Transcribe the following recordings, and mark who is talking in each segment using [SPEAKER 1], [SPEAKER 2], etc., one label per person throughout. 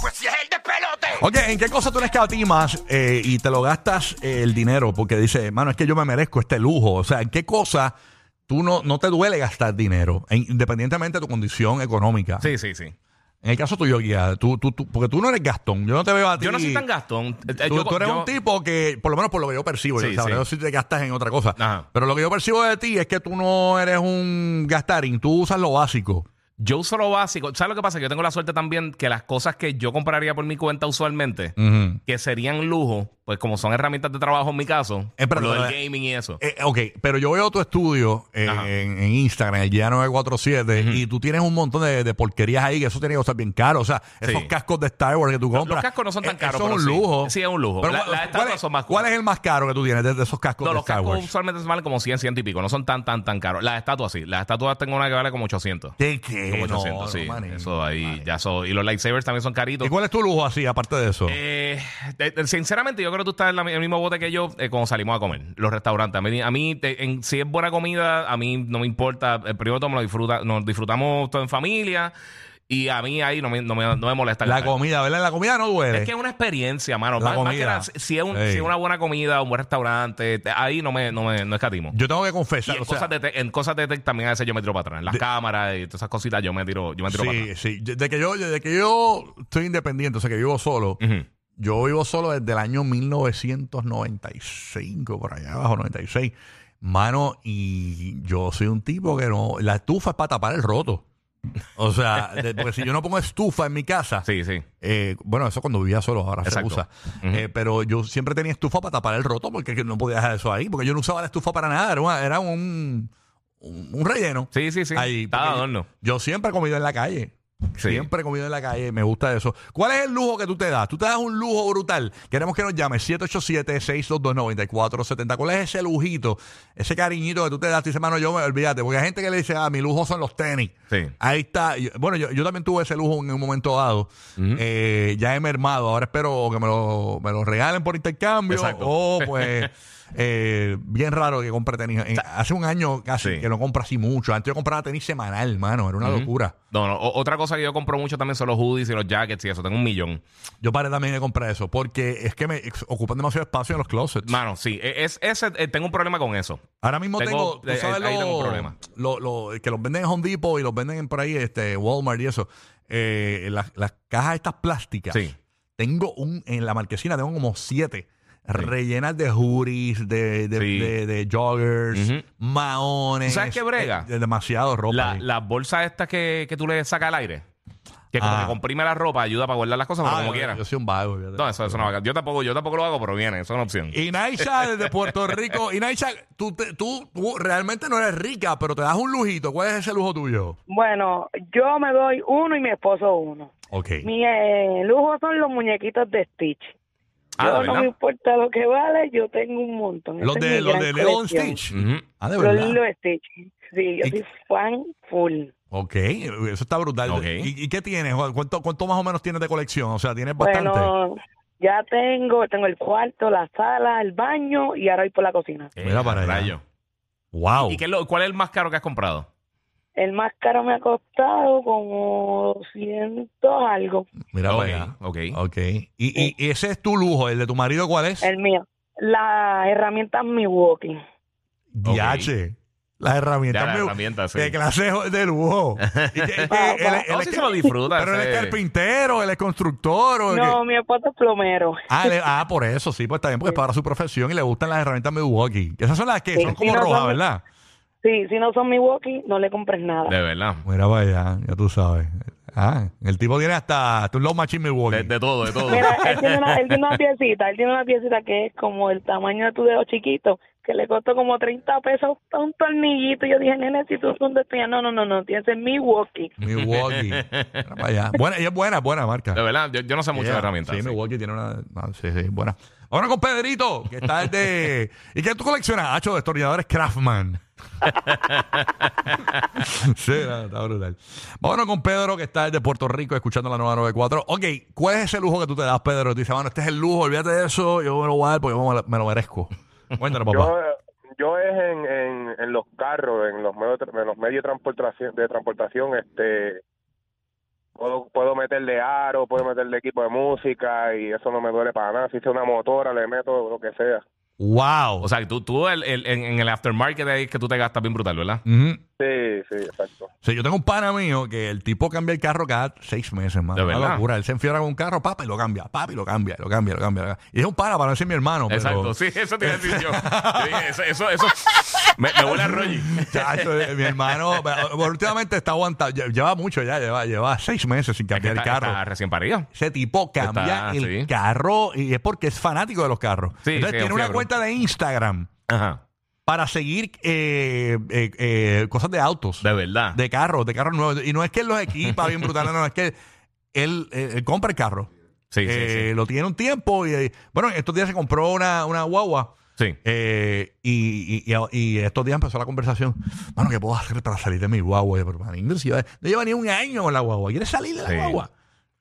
[SPEAKER 1] Pues sí, es el despelote.
[SPEAKER 2] Oye, ¿en qué cosa tú le escatimas eh, y te lo gastas eh, el dinero? Porque dice, mano, es que yo me merezco este lujo. O sea, ¿en qué cosa tú no, no te duele gastar dinero? En- independientemente de tu condición económica.
[SPEAKER 3] Sí, sí, sí.
[SPEAKER 2] En el caso tuyo, Guía, tú, tú, tú- porque tú no eres gastón. Yo no te veo a ti.
[SPEAKER 3] Yo no soy tan gastón. Eh, eh,
[SPEAKER 2] Tú,
[SPEAKER 3] yo-
[SPEAKER 2] tú eres
[SPEAKER 3] yo-
[SPEAKER 2] un tipo que, por lo menos por lo que yo percibo,
[SPEAKER 3] Sí,
[SPEAKER 2] yo, ¿sabes?
[SPEAKER 3] sí.
[SPEAKER 2] Yo sí te gastas en otra cosa.
[SPEAKER 3] Ajá.
[SPEAKER 2] Pero lo que yo percibo de ti es que tú no eres un gastarín, tú usas lo básico.
[SPEAKER 3] Yo uso lo básico. ¿Sabes lo que pasa? Que yo tengo la suerte también que las cosas que yo compraría por mi cuenta usualmente,
[SPEAKER 2] Ujú.
[SPEAKER 3] que serían lujo, pues como son herramientas de trabajo en mi caso,
[SPEAKER 2] Eh, pero
[SPEAKER 3] por lo
[SPEAKER 2] no,
[SPEAKER 3] del
[SPEAKER 2] eh,
[SPEAKER 3] gaming y eso.
[SPEAKER 2] Eh, ok, pero yo veo tu estudio eh,
[SPEAKER 3] Ajá.
[SPEAKER 2] en, en Instagram, el ya 947, y tú tienes un montón de, de porquerías ahí, que eso tiene que estar bien caro. O sea, esos
[SPEAKER 3] Sí.
[SPEAKER 2] cascos de Star Wars que tú compras.
[SPEAKER 3] los cascos no son tan
[SPEAKER 2] eh,
[SPEAKER 3] caros,
[SPEAKER 2] Eso es
[SPEAKER 3] pero
[SPEAKER 2] un
[SPEAKER 3] sí.
[SPEAKER 2] lujo.
[SPEAKER 3] Sí, es un lujo. La- las
[SPEAKER 2] ¿cuál,
[SPEAKER 3] estatuas
[SPEAKER 2] es,
[SPEAKER 3] son más
[SPEAKER 2] ¿Cuál
[SPEAKER 3] cool.
[SPEAKER 2] es el más caro que tú tienes de, de esos cascos
[SPEAKER 3] No,
[SPEAKER 2] de
[SPEAKER 3] los
[SPEAKER 2] Star
[SPEAKER 3] cascos
[SPEAKER 2] Wars?
[SPEAKER 3] usualmente valen como 100, 100 y pico. No son tan, tan, tan caros. Las estatuas sí. Las estatuas tengo una que vale como 800.
[SPEAKER 2] ¿Qué, qué?
[SPEAKER 3] Como
[SPEAKER 2] Eh, No,
[SPEAKER 3] 800,
[SPEAKER 2] no,
[SPEAKER 3] sí.
[SPEAKER 2] manín,
[SPEAKER 3] eso ahí
[SPEAKER 2] manín.
[SPEAKER 3] ya son. Y los lightsabers también son caritos.
[SPEAKER 2] ¿Y cuál es tu lujo así, aparte de eso?
[SPEAKER 3] Eh, de- de- sinceramente, yo creo que tú estás en, la mi- el mismo bote que yo eh, cuando salimos a comer, los restaurantes. A mí, a mí, te- en- si es buena comida, a mí no me importa. El primero todo me lo disfruta, nos disfrutamos todo en familia y a mí ahí no me, no me, no me molesta.
[SPEAKER 2] la
[SPEAKER 3] gastar.
[SPEAKER 2] comida, ¿verdad? La comida no duele.
[SPEAKER 3] Es que es una experiencia, mano.
[SPEAKER 2] La
[SPEAKER 3] Más- más que
[SPEAKER 2] comida.
[SPEAKER 3] nada, si- si es un-
[SPEAKER 2] Sí.
[SPEAKER 3] si es una buena comida, un buen restaurante, te- ahí no me, no me no escatimo.
[SPEAKER 2] Yo tengo que
[SPEAKER 3] y
[SPEAKER 2] confesar.
[SPEAKER 3] en,
[SPEAKER 2] o sea,
[SPEAKER 3] cosas de tech, en cosas de tech también a veces yo me tiro para atrás. En las cámaras y todas esas cositas yo me tiro, yo me tiro para
[SPEAKER 2] sí,
[SPEAKER 3] atrás.
[SPEAKER 2] sí. Desde que, yo, desde que yo estoy independiente, o sea, que vivo solo,
[SPEAKER 3] Ujú.
[SPEAKER 2] Yo vivo solo desde el año 1995, por allá abajo, 96. Mano, y yo soy un tipo que no. La estufa es para tapar el roto. O sea, de- porque si yo no pongo estufa en mi casa,
[SPEAKER 3] Sí, sí.
[SPEAKER 2] eh, bueno, eso cuando vivía solo, ahora
[SPEAKER 3] Exacto.
[SPEAKER 2] se usa.
[SPEAKER 3] Ujú.
[SPEAKER 2] Eh, pero yo siempre tenía estufa para tapar el roto porque que no podía dejar eso ahí, porque yo no usaba la estufa para nada, era, una- era un, un, un relleno.
[SPEAKER 3] Sí, sí, sí.
[SPEAKER 2] Ahí,
[SPEAKER 3] Estaba
[SPEAKER 2] porque
[SPEAKER 3] adorno.
[SPEAKER 2] Yo siempre he comido en la calle.
[SPEAKER 3] Sí.
[SPEAKER 2] Siempre he comido en la calle, me gusta eso. ¿Cuál es el lujo que tú te das? Tú te das un lujo brutal. Queremos que nos llames 787-622-9470. ¿Cuál es ese lujito, ese cariñito que tú te das? Tú dices, mano, yo me olvídate, porque hay gente que le dice, ah, mi lujo son los tenis.
[SPEAKER 3] Sí.
[SPEAKER 2] Ahí está. Yo- Bueno, yo, yo también tuve ese lujo en un momento dado. Eh, ya he mermado. Ahora espero que me lo, me lo regalen por intercambio.
[SPEAKER 3] Exacto.
[SPEAKER 2] O pues, eh, bien raro que compre tenis. En- hace un año casi
[SPEAKER 3] Sí.
[SPEAKER 2] que no compra así mucho. Antes yo compraba tenis semanal, mano. Era una locura.
[SPEAKER 3] No, no. o- otra cosa que yo compro mucho también son los hoodies y los jackets y eso. Tengo un millón.
[SPEAKER 2] Yo paré también de comprar eso porque es que me ex- ocupan demasiado espacio en los closets.
[SPEAKER 3] Mano, sí. e- Es, ese, eh, tengo un problema con eso.
[SPEAKER 2] Ahora mismo tengo,
[SPEAKER 3] Tengo-
[SPEAKER 2] tú sabes
[SPEAKER 3] eh, ahí tengo un
[SPEAKER 2] lo-
[SPEAKER 3] problema.
[SPEAKER 2] lo- lo- que los venden en Home Depot y los venden en por ahí, este, Walmart y eso. Eh, las, las cajas estas plásticas.
[SPEAKER 3] Sí.
[SPEAKER 2] Tengo un, en la marquesina tengo como siete. Rellenas de juris, de, de,
[SPEAKER 3] Sí.
[SPEAKER 2] de- de joggers,
[SPEAKER 3] Ujú.
[SPEAKER 2] maones.
[SPEAKER 3] ¿Sabes qué brega?
[SPEAKER 2] eh, de demasiado ropa.
[SPEAKER 3] La-
[SPEAKER 2] ahí.
[SPEAKER 3] las bolsas estas que, que tú le sacas al aire, que como
[SPEAKER 2] Ah.
[SPEAKER 3] que comprime la ropa, ayuda para guardar las cosas, pero
[SPEAKER 2] Ah,
[SPEAKER 3] como
[SPEAKER 2] yo-
[SPEAKER 3] quieras.
[SPEAKER 2] Yo soy un vago. fíjate.
[SPEAKER 3] No, eso, eso no va a- Yo tampoco, yo tampoco lo hago, pero viene. Eso es una opción.
[SPEAKER 2] Inaicha desde Puerto Rico. Inaicha, tú, te- tú, tú realmente no eres rica, pero te das un lujito. ¿Cuál es ese lujo tuyo?
[SPEAKER 4] Bueno, yo me doy uno y mi esposo uno.
[SPEAKER 2] Ok.
[SPEAKER 4] Mi eh, lujo son los muñequitos de Stitch.
[SPEAKER 3] Ah,
[SPEAKER 4] yo
[SPEAKER 3] ¿de
[SPEAKER 4] no
[SPEAKER 3] verdad?
[SPEAKER 4] me importa lo que vale, yo tengo un montón.
[SPEAKER 2] Los
[SPEAKER 4] Esa es
[SPEAKER 2] de,
[SPEAKER 4] mi
[SPEAKER 2] los
[SPEAKER 4] gran
[SPEAKER 2] de Leon
[SPEAKER 4] colección.
[SPEAKER 2] Stitch.
[SPEAKER 3] Ujú.
[SPEAKER 2] Ah, de
[SPEAKER 4] Los
[SPEAKER 2] verdad.
[SPEAKER 4] Lilo Stitch. Sí, yo
[SPEAKER 2] ¿Y
[SPEAKER 4] soy
[SPEAKER 2] qué-
[SPEAKER 4] fan full.
[SPEAKER 2] Ok, eso está brutal.
[SPEAKER 3] Ok.
[SPEAKER 2] ¿Y, y qué tienes? ¿Cuánto, ¿Cuánto más o menos tienes de colección? O sea, tienes bastante.
[SPEAKER 4] Bueno, ya tengo, tengo el cuarto, la sala, el baño y ahora voy por la cocina.
[SPEAKER 2] Mira
[SPEAKER 3] Eh,
[SPEAKER 2] para allá. Oh.
[SPEAKER 3] rayo.
[SPEAKER 2] wow.
[SPEAKER 3] ¿Y qué es lo- cuál es el más caro que has comprado?
[SPEAKER 4] El más caro me ha costado como 200 algo,
[SPEAKER 2] Mira
[SPEAKER 3] Ok,
[SPEAKER 2] para allá.
[SPEAKER 3] ok.
[SPEAKER 2] Ok. ¿Y, y, y ese es tu lujo? ¿El de tu marido cuál es?
[SPEAKER 4] el mío. Las herramientas Milwaukee.
[SPEAKER 2] DH. Las herramientas.
[SPEAKER 3] Ya, las
[SPEAKER 2] me-
[SPEAKER 3] herramientas, sí.
[SPEAKER 2] Qué clase de lujo. ¿Y qué- qué-
[SPEAKER 4] Para-
[SPEAKER 2] él- él
[SPEAKER 3] No,
[SPEAKER 2] es
[SPEAKER 3] sí
[SPEAKER 2] que-
[SPEAKER 3] se lo disfruta.
[SPEAKER 2] pero él
[SPEAKER 3] ese-
[SPEAKER 2] es carpintero, él es constructor. ¿o qué?
[SPEAKER 4] No, mi esposo es plomero.
[SPEAKER 2] Ah, le- ah, por eso, sí, pues también, porque es para su profesión y le gustan las herramientas Milwaukee. Esas son las que
[SPEAKER 4] Sí,
[SPEAKER 2] son
[SPEAKER 4] sí,
[SPEAKER 2] como
[SPEAKER 4] no
[SPEAKER 2] rojas,
[SPEAKER 4] son-
[SPEAKER 2] ¿verdad?
[SPEAKER 4] Sí, si no son Milwaukee, no le compres nada.
[SPEAKER 3] De verdad.
[SPEAKER 2] Mira para allá, ya tú sabes. Ah, el tipo tiene hasta, hasta un Love Machine Milwaukee.
[SPEAKER 3] De, de todo, de todo.
[SPEAKER 4] Mira, él tiene, una, él tiene una piecita, él tiene una piecita que es como el tamaño de tu dedo chiquito, que le costó como 30 pesos pa' un tornillito. Y yo dije, nene, si tú son de tuya, no, no, no, no, tienes en Milwaukee.
[SPEAKER 2] Milwaukee. Mira para allá. Buena, y es buena, buena marca.
[SPEAKER 3] De verdad, yo, yo no sé mucho
[SPEAKER 2] Yeah.
[SPEAKER 3] de herramientas.
[SPEAKER 2] Sí,
[SPEAKER 3] así.
[SPEAKER 2] Milwaukee tiene una. no, sí, sí, buena. Ahora con Pedrito, que está el de. ¿Y qué tú coleccionas? Hacho, destornilladores Craftman. sí, no, está brutal. Vámonos con Pedro, que está el de Puerto Rico, escuchando la nueva 94. Ok, ¿cuál es ese lujo que tú te das, Pedro? Te dice, mano, este es el lujo, olvídate de eso, yo me lo voy a dar porque yo me lo- me lo merezco. Cuéntanos,
[SPEAKER 5] Yo,
[SPEAKER 2] papá.
[SPEAKER 5] yo es en, en, en los carros, en los medios, de tra- en los medios de transportación, de transportación este, puedo, puedo meterle aro, puedo meterle equipo de música y eso no me duele para nada. Si es una motora, le meto lo que sea.
[SPEAKER 2] ¡Wow!
[SPEAKER 3] O sea, que tú, tú el- el- en, en el aftermarket ahí es que tú te gastas bien brutal, ¿verdad?
[SPEAKER 2] Ujú.
[SPEAKER 5] Sí, sí, exacto.
[SPEAKER 2] O sea, yo tengo un pana mío que el tipo cambia el carro cada seis meses, más.
[SPEAKER 3] ¿De
[SPEAKER 2] Una
[SPEAKER 3] verdad?
[SPEAKER 2] locura. Él se enfiora con un carro, papi, y lo cambia, papi, lo cambia, lo cambia, lo cambia. lo cambia. Y es un pana para no decir mi hermano. pero-
[SPEAKER 3] Exacto, sí, eso te iba a decir yo. Yo dije, eso, eso, eso. Me, me huele a Roger.
[SPEAKER 2] Chacho, eh, mi hermano, pero, bueno, últimamente está aguantado. Lle- Lleva mucho ya, lleva, lleva seis meses sin cambiar el
[SPEAKER 3] Está-
[SPEAKER 2] carro.
[SPEAKER 3] está recién parido.
[SPEAKER 2] Ese tipo cambia
[SPEAKER 3] Está,
[SPEAKER 2] el
[SPEAKER 3] sí.
[SPEAKER 2] carro y es porque es fanático de los carros.
[SPEAKER 3] Sí,
[SPEAKER 2] Entonces
[SPEAKER 3] sí,
[SPEAKER 2] tiene
[SPEAKER 3] un
[SPEAKER 2] una
[SPEAKER 3] fiebre.
[SPEAKER 2] cuenta de Instagram
[SPEAKER 3] Ajá.
[SPEAKER 2] para seguir eh, eh, eh, cosas de autos.
[SPEAKER 3] De verdad.
[SPEAKER 2] De carros, de carros nuevos. Y no es que él los equipa bien brutal, no, no, es que él, eh, él compra el carro.
[SPEAKER 3] sí,
[SPEAKER 2] Eh, Lo tiene un tiempo y eh, bueno, estos días se compró una, una guagua.
[SPEAKER 3] sí, sí. Sí.
[SPEAKER 2] eh, y, y- y- y estos días empezó la conversación. Mano, ¿qué puedo hacer para salir de mi guagua? Y yo, pero, man, Ingrid, si yo- no lleva ni un año con la guagua. ¿Quieres salir de la
[SPEAKER 3] Sí.
[SPEAKER 2] guagua?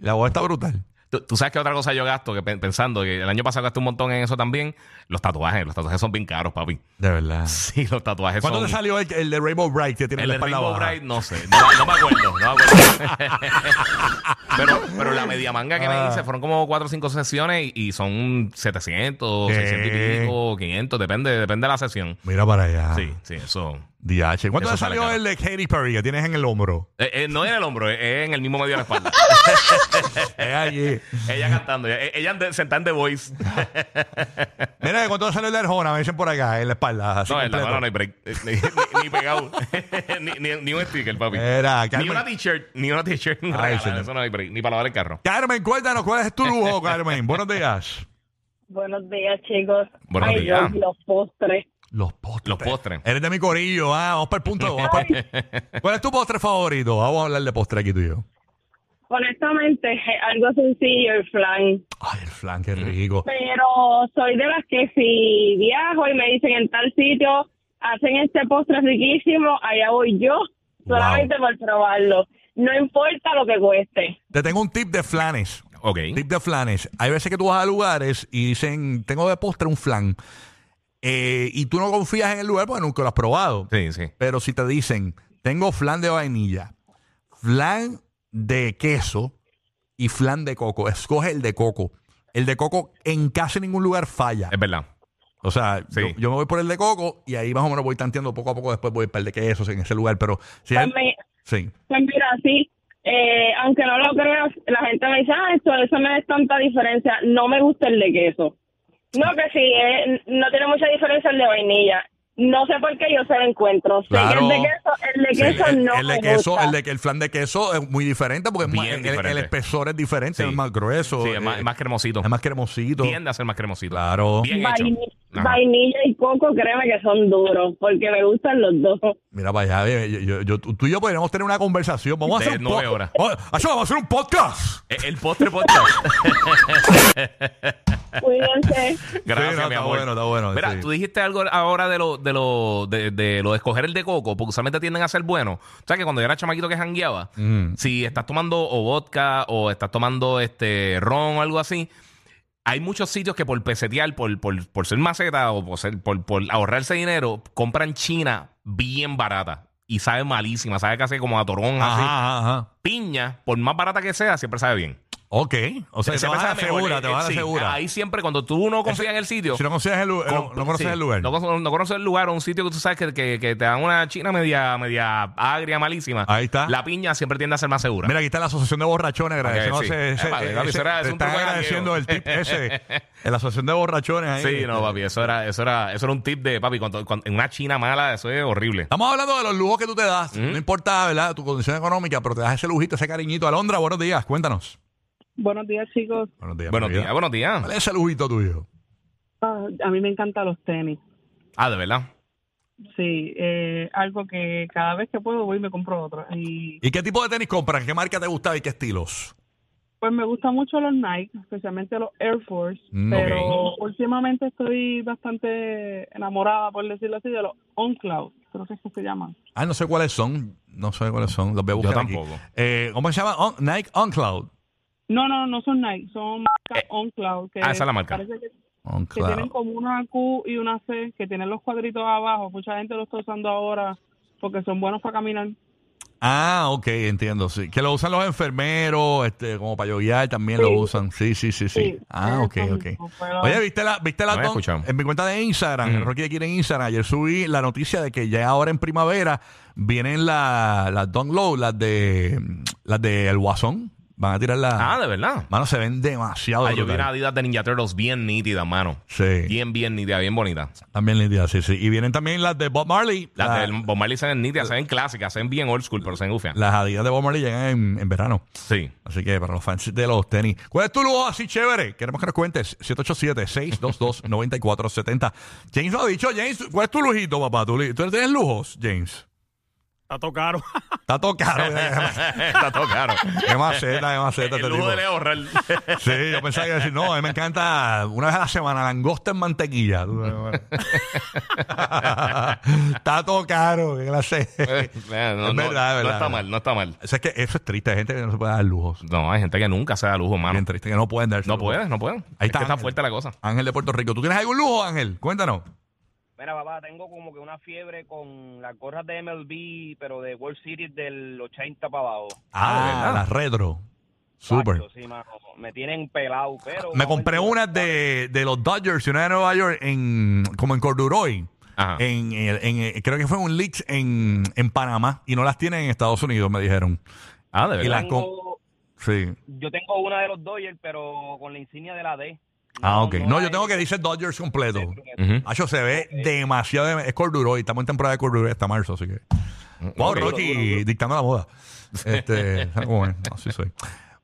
[SPEAKER 2] La guagua está brutal.
[SPEAKER 3] Tú, tú sabes que otra cosa yo gasto, que pe- pensando que el año pasado gasté un montón en eso también, los tatuajes. Los tatuajes son bien caros, papi.
[SPEAKER 2] De verdad.
[SPEAKER 3] Sí, los tatuajes
[SPEAKER 2] ¿Cuándo
[SPEAKER 3] son...
[SPEAKER 2] te salió el, el de Rainbow Bright que tiene
[SPEAKER 3] El
[SPEAKER 2] la
[SPEAKER 3] de
[SPEAKER 2] espalda
[SPEAKER 3] Rainbow
[SPEAKER 2] baja?
[SPEAKER 3] Bright, no sé. No, no me acuerdo. No me acuerdo. pero, pero la media manga que me hice
[SPEAKER 2] Ah.
[SPEAKER 3] fueron como 4 o 5 sesiones y, y son 700,
[SPEAKER 2] ¿Qué?
[SPEAKER 3] 600 y pico, 500. Depende, depende de la sesión.
[SPEAKER 2] Mira para allá.
[SPEAKER 3] Sí, sí, eso.
[SPEAKER 2] DH. ¿Cuándo
[SPEAKER 3] Eso
[SPEAKER 2] te salió
[SPEAKER 3] sale
[SPEAKER 2] el de Katy Perry que tienes en el hombro?
[SPEAKER 3] Eh, eh, no en el hombro, es en el mismo medio de la espalda.
[SPEAKER 2] Es allí.
[SPEAKER 3] ella cantando, ella, ella ande- sentada en The Voice.
[SPEAKER 2] Ah, Mira, ¿cuándo te salió el de Arjona? Me dicen por acá, en la espalda. así
[SPEAKER 3] No, en la
[SPEAKER 2] completo.
[SPEAKER 3] mano no hay break. Eh, Ni, ni- ni pegado. ni, ni- ni un sticker, papi.
[SPEAKER 2] Mira,
[SPEAKER 3] ni
[SPEAKER 2] Carmen. Ah,
[SPEAKER 3] una t-shirt, ni una t-shirt.
[SPEAKER 2] Ay,
[SPEAKER 3] regalada,
[SPEAKER 2] señor.
[SPEAKER 3] eso no hay break. Ni para lavar el carro.
[SPEAKER 2] Carmen, cuéntanos cuál es tu lujo, Carmen. Buenos días.
[SPEAKER 6] Buenos días, chicos.
[SPEAKER 3] Buenos
[SPEAKER 6] Ay,
[SPEAKER 3] días.
[SPEAKER 6] Dios, los postres.
[SPEAKER 2] Los postres.
[SPEAKER 3] Los postres.
[SPEAKER 2] Eres de mi corillo, ah, vamos para el punto. vamos pa'l- ¿Cuál es tu postre favorito? Ah, Vamos a hablar de postre aquí tú y yo.
[SPEAKER 6] Honestamente, es algo sencillo el flan.
[SPEAKER 2] Ay, el flan, qué
[SPEAKER 3] Mm.
[SPEAKER 2] rico.
[SPEAKER 6] Pero soy de las que si viajo y me dicen en tal sitio, hacen este postre riquísimo, allá voy yo
[SPEAKER 2] Wow.
[SPEAKER 6] solamente por probarlo. No importa lo que cueste.
[SPEAKER 2] Te tengo un tip de flanes.
[SPEAKER 3] Ok.
[SPEAKER 2] Tip de flanes. Hay veces que tú vas a lugares y dicen, tengo de postre un flan. Eh, y tú no confías en el lugar porque nunca lo has probado.
[SPEAKER 3] Sí, sí.
[SPEAKER 2] Pero si te dicen, tengo flan de vainilla, flan de queso y flan de coco, escoge el de coco. El de coco en casi ningún lugar falla.
[SPEAKER 3] Es verdad.
[SPEAKER 2] O sea,
[SPEAKER 3] Sí.
[SPEAKER 2] yo, yo me voy por el de coco y ahí más o menos voy tanteando poco a poco. Después voy para el de queso en ese lugar. Pero si hay-
[SPEAKER 6] Pues, me-
[SPEAKER 2] sí.
[SPEAKER 6] pues mira, sí, eh, aunque no lo creas, la gente me dice, ah, esto, eso no es tanta diferencia. No me gusta el de queso. No, que sí, eh, no tiene mucha diferencia el de vainilla. No sé por qué yo se lo encuentro. Sé que
[SPEAKER 2] Claro.
[SPEAKER 6] el de queso, el de
[SPEAKER 2] Sí,
[SPEAKER 6] queso
[SPEAKER 2] el,
[SPEAKER 6] no
[SPEAKER 2] el de
[SPEAKER 6] me
[SPEAKER 2] queso,
[SPEAKER 6] gusta.
[SPEAKER 2] el de que el flan de queso es muy diferente porque es
[SPEAKER 3] Bien
[SPEAKER 2] más- el- el,
[SPEAKER 3] diferente.
[SPEAKER 2] espesor es diferente,
[SPEAKER 3] Sí.
[SPEAKER 2] es más grueso,
[SPEAKER 3] Sí, es más,
[SPEAKER 2] eh,
[SPEAKER 3] es más cremosito.
[SPEAKER 2] es más cremosito.
[SPEAKER 3] Tiende a ser más cremosito.
[SPEAKER 2] Claro.
[SPEAKER 3] Bien
[SPEAKER 6] Vaini-
[SPEAKER 3] hecho. Ajá.
[SPEAKER 6] Vainilla y coco, créeme que son duros, porque me gustan los dos.
[SPEAKER 2] Mira para allá, eh, yo- yo- yo- tú tú y yo podríamos tener una conversación. Vamos a
[SPEAKER 3] De
[SPEAKER 2] hacer un
[SPEAKER 3] nueve
[SPEAKER 2] po-
[SPEAKER 3] horas.
[SPEAKER 2] Vamos a- Acho, vamos a hacer un podcast.
[SPEAKER 3] Eh, El postre podcast.
[SPEAKER 6] Cuídense.
[SPEAKER 3] Gracias,
[SPEAKER 2] Sí, no,
[SPEAKER 3] mi
[SPEAKER 2] está
[SPEAKER 3] amor.
[SPEAKER 2] bueno, está bueno,
[SPEAKER 3] Mira,
[SPEAKER 2] sí.
[SPEAKER 3] tú dijiste algo ahora de lo, de lo, de, de lo de escoger el de coco, porque usualmente tienden a ser buenos. O sea que cuando yo era chamaquito que jangueaba,
[SPEAKER 2] Mm.
[SPEAKER 3] si estás tomando o vodka o estás tomando este ron o algo así, hay muchos sitios que por pesetear, por, por, por ser maceta o por, ser- por, por ahorrarse dinero, compran china bien barata. Y sabe malísima, sabe casi como a toronja, así.
[SPEAKER 2] Ajá, ajá, ajá.
[SPEAKER 3] Piña, por más barata que sea, siempre sabe bien.
[SPEAKER 2] Ok. O sea, te
[SPEAKER 3] Se
[SPEAKER 2] vas a la
[SPEAKER 3] pasa mejor,
[SPEAKER 2] segura,
[SPEAKER 3] eh,
[SPEAKER 2] te vas a
[SPEAKER 3] sí,
[SPEAKER 2] la segura.
[SPEAKER 3] Ahí siempre, cuando tú no confías en el sitio.
[SPEAKER 2] Si no consigues el, lu- el-
[SPEAKER 3] con-
[SPEAKER 2] no conoces
[SPEAKER 3] sí,
[SPEAKER 2] el lugar.
[SPEAKER 3] No, cono- no conoces el lugar o un sitio que tú sabes que, que- que te dan una china media, media agria, malísima.
[SPEAKER 2] Ahí está.
[SPEAKER 3] La piña siempre tiende a ser más segura.
[SPEAKER 2] Mira, aquí está la Asociación de Borrachones agradeciendo
[SPEAKER 3] Ok, sí.
[SPEAKER 2] ese- ese-
[SPEAKER 3] Eh, vale, papi,
[SPEAKER 2] ese-
[SPEAKER 3] eso era- es
[SPEAKER 2] te
[SPEAKER 3] un
[SPEAKER 2] están
[SPEAKER 3] truco de
[SPEAKER 2] agradeciendo el
[SPEAKER 3] jangueo.
[SPEAKER 2] tip ese. en la Asociación de Borrachones ahí.
[SPEAKER 3] Sí, no, papi, eso era, eso era, eso era un tip de papi, cuando, cuando- en una china mala, eso es horrible.
[SPEAKER 2] Estamos hablando de los lujos que tú te das. No importa, ¿verdad? Tu condición económica, pero te das ese lujito, ese cariñito. Alondra, buenos días. Cuéntanos.
[SPEAKER 7] Buenos días, chicos.
[SPEAKER 2] Buenos días.
[SPEAKER 3] Buenos
[SPEAKER 2] mi vida.
[SPEAKER 3] días, buenos días.
[SPEAKER 2] ¿Cuál es ese lujito tuyo?
[SPEAKER 7] Ah, a mí me encantan los tenis.
[SPEAKER 3] Ah, de verdad.
[SPEAKER 7] Sí, eh, algo que cada vez que puedo voy y me compro otro. Y
[SPEAKER 2] ¿Y qué tipo de tenis compras? ¿Qué marca te gusta y qué estilos?
[SPEAKER 7] pues me gustan mucho los Nike, especialmente los Air Force.
[SPEAKER 2] Mm,
[SPEAKER 7] pero últimamente estoy bastante enamorada, por decirlo así, de los On Cloud. Creo que es que se llaman.
[SPEAKER 2] Ah, no sé cuáles son. No sé cuáles son. Los voy a buscar aquí.
[SPEAKER 3] tampoco.
[SPEAKER 2] Eh, ¿Cómo se llama? On- Nike On Cloud.
[SPEAKER 7] No, no, no son Nike, son marca On Cloud. Que
[SPEAKER 3] Eh, ah, esa es la marca.
[SPEAKER 7] Parece que, que
[SPEAKER 2] On
[SPEAKER 7] tienen
[SPEAKER 2] Cloud.
[SPEAKER 7] como una Q y una C, que tienen los cuadritos abajo. Mucha gente los está usando ahora porque son buenos para caminar.
[SPEAKER 2] Ah, ok, entiendo, sí. Que lo usan los enfermeros, este, como para yoguear también lo usan. Sí, sí, sí, sí.
[SPEAKER 7] Sí,
[SPEAKER 2] Ah, ok,
[SPEAKER 7] eso
[SPEAKER 2] ok.
[SPEAKER 7] mismo, pero-
[SPEAKER 2] Oye, ¿viste la, viste la
[SPEAKER 3] No había
[SPEAKER 2] don-
[SPEAKER 3] escuchado.
[SPEAKER 2] en mi cuenta de Instagram,
[SPEAKER 3] Mm.
[SPEAKER 2] Rocky de Kira en Instagram, ayer subí la noticia de que ya ahora en primavera vienen la- las Don Low, las de las de El Guasón. Van a tirar las...
[SPEAKER 3] Ah, de verdad.
[SPEAKER 2] Mano, se ven demasiado
[SPEAKER 3] Ah, yo vi
[SPEAKER 2] brutal.
[SPEAKER 3] una Adidas de Ninja Turtles bien nítida, mano.
[SPEAKER 2] Sí,
[SPEAKER 3] Bien, bien nítida, bien bonita.
[SPEAKER 2] también lindas, sí, sí. Y vienen también las de Bob Marley.
[SPEAKER 3] Las
[SPEAKER 2] La-
[SPEAKER 3] del Bob Marley se ven nítidas, se ven clásicas, se ven bien old school, pero se ven gufias.
[SPEAKER 2] las Adidas de Bob Marley llegan en- en verano.
[SPEAKER 3] Sí.
[SPEAKER 2] Así que para los fans de los tenis. ¿Cuál es tu lujo así chévere? Queremos que nos cuentes. 787-622-9470. James lo ha dicho. James, ¿cuál es tu lujito, papá? ¿Tú, li- tú tienes lujos, James?
[SPEAKER 8] Está tocado.
[SPEAKER 2] Está todo caro. mira,
[SPEAKER 3] Está todo caro.
[SPEAKER 2] Qué maceta, qué maceta.
[SPEAKER 3] El
[SPEAKER 2] este
[SPEAKER 3] lujo
[SPEAKER 2] tipo.
[SPEAKER 3] de Leo Real.
[SPEAKER 2] Sí, yo pensaba que iba a decir, no, a mí me encanta una vez a la semana langosta en mantequilla. Tú, bueno. Está todo caro. qué clase.
[SPEAKER 3] Eh, no,
[SPEAKER 2] Es verdad, es
[SPEAKER 3] no, no
[SPEAKER 2] verdad.
[SPEAKER 3] está mal, no está mal.
[SPEAKER 2] O sea, es que eso es triste. Hay gente que no se puede dar lujos.
[SPEAKER 3] No, hay gente que nunca se da lujo, mano.
[SPEAKER 2] Bien triste, que no pueden darse
[SPEAKER 3] Ah, No
[SPEAKER 2] lujos.
[SPEAKER 3] puede, no puede. Ahí
[SPEAKER 2] está,
[SPEAKER 3] está. está
[SPEAKER 2] Ángel.
[SPEAKER 3] fuerte la cosa.
[SPEAKER 2] Ángel de Puerto Rico. ¿Tú tienes algún lujo, Ángel? Cuéntanos.
[SPEAKER 9] Mira, papá, tengo como que una fiebre con las gorras de MLB, pero de World Series del 80 para abajo.
[SPEAKER 3] Ah, ¿verdad?
[SPEAKER 2] las retro. Super.
[SPEAKER 9] Exacto, sí, mano. Me tienen pelado, pero...
[SPEAKER 2] Me compré
[SPEAKER 9] vamos a
[SPEAKER 2] unas
[SPEAKER 9] ver si-
[SPEAKER 2] de, de los Dodgers y una de Nueva York en, como en Corduroy.
[SPEAKER 3] Ajá.
[SPEAKER 2] En, el- en el- creo que fue un leaks en, en Panamá y no las tienen en Estados Unidos, me dijeron.
[SPEAKER 3] Ah, de
[SPEAKER 2] Y
[SPEAKER 3] verdad.
[SPEAKER 2] las com-
[SPEAKER 9] Tengo-
[SPEAKER 2] Sí.
[SPEAKER 9] Yo tengo una de los Dodgers, pero con la insignia de la D.
[SPEAKER 2] Ah, ok. No, yo
[SPEAKER 9] hay-
[SPEAKER 2] tengo que decir Dodgers completo.
[SPEAKER 3] Ujú.
[SPEAKER 2] Hacho, se ve demasiado. de- es Corduroy. Estamos en temporada de Corduroy hasta marzo, así que. Wow,
[SPEAKER 3] Ok.
[SPEAKER 2] Rocky, dictando la moda. Este, ¿sabes cómo es? Así soy.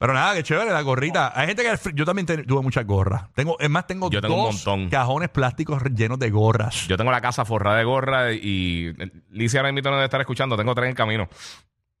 [SPEAKER 2] Pero nada, qué chévere la gorrita. Hay gente que yo también te- tuve muchas gorras. Tengo, es más, tengo,
[SPEAKER 3] Yo tengo un
[SPEAKER 2] dos
[SPEAKER 3] montón.
[SPEAKER 2] cajones plásticos llenos de gorras.
[SPEAKER 3] Yo tengo la casa forrada de gorra y eh, Licia ahora mismo no debe estar escuchando. Tengo tres en camino.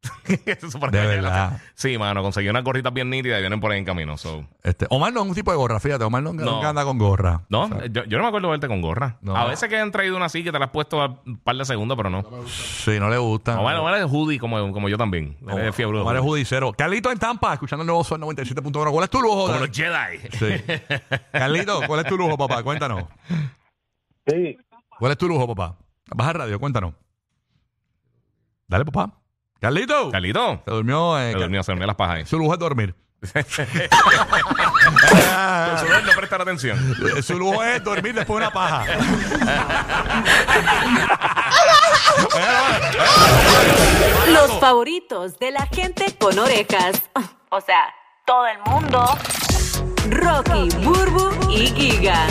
[SPEAKER 3] Eso es para
[SPEAKER 2] De
[SPEAKER 3] que llegue a la
[SPEAKER 2] verdad.
[SPEAKER 3] casa. Sí, mano, conseguí unas gorritas bien nítidas y vienen por ahí en camino. so.
[SPEAKER 2] Este, Omar no es un tipo de gorra, fíjate, Omar no, nunca
[SPEAKER 3] No.
[SPEAKER 2] anda con gorra.
[SPEAKER 3] No, yo, yo no me acuerdo verte con gorra.
[SPEAKER 2] No.
[SPEAKER 3] A veces que han traído una así que te la has puesto a un par de segundos, pero no.
[SPEAKER 2] Sí, no le gusta.
[SPEAKER 3] Omar, Omar es hoodie como, como yo también. Él es fiebre. de
[SPEAKER 2] Omar es
[SPEAKER 3] hoodie.
[SPEAKER 2] judicero. Carlito en Tampa, escuchando el nuevo Sol 97.1. ¿Cuál es tu lujo?
[SPEAKER 3] Como
[SPEAKER 2] Dan-
[SPEAKER 3] los Jedi.
[SPEAKER 2] Sí. Carlito, ¿cuál es tu lujo, papá? Cuéntanos.
[SPEAKER 5] Sí,
[SPEAKER 2] ¿Cuál es tu lujo, papá? Baja radio, cuéntanos. Dale, papá. Carlito.
[SPEAKER 3] Carlito.
[SPEAKER 2] Se durmió. eh,
[SPEAKER 3] Se durmió, se durmió las pajas ahí.
[SPEAKER 2] Su lujo es dormir.
[SPEAKER 3] Pero solo él no prestar atención.
[SPEAKER 2] Eh, Su lujo es dormir después de una paja.
[SPEAKER 10] Los favoritos de la gente con orejas. O sea, todo el mundo. Rocky, Burbu y Giga.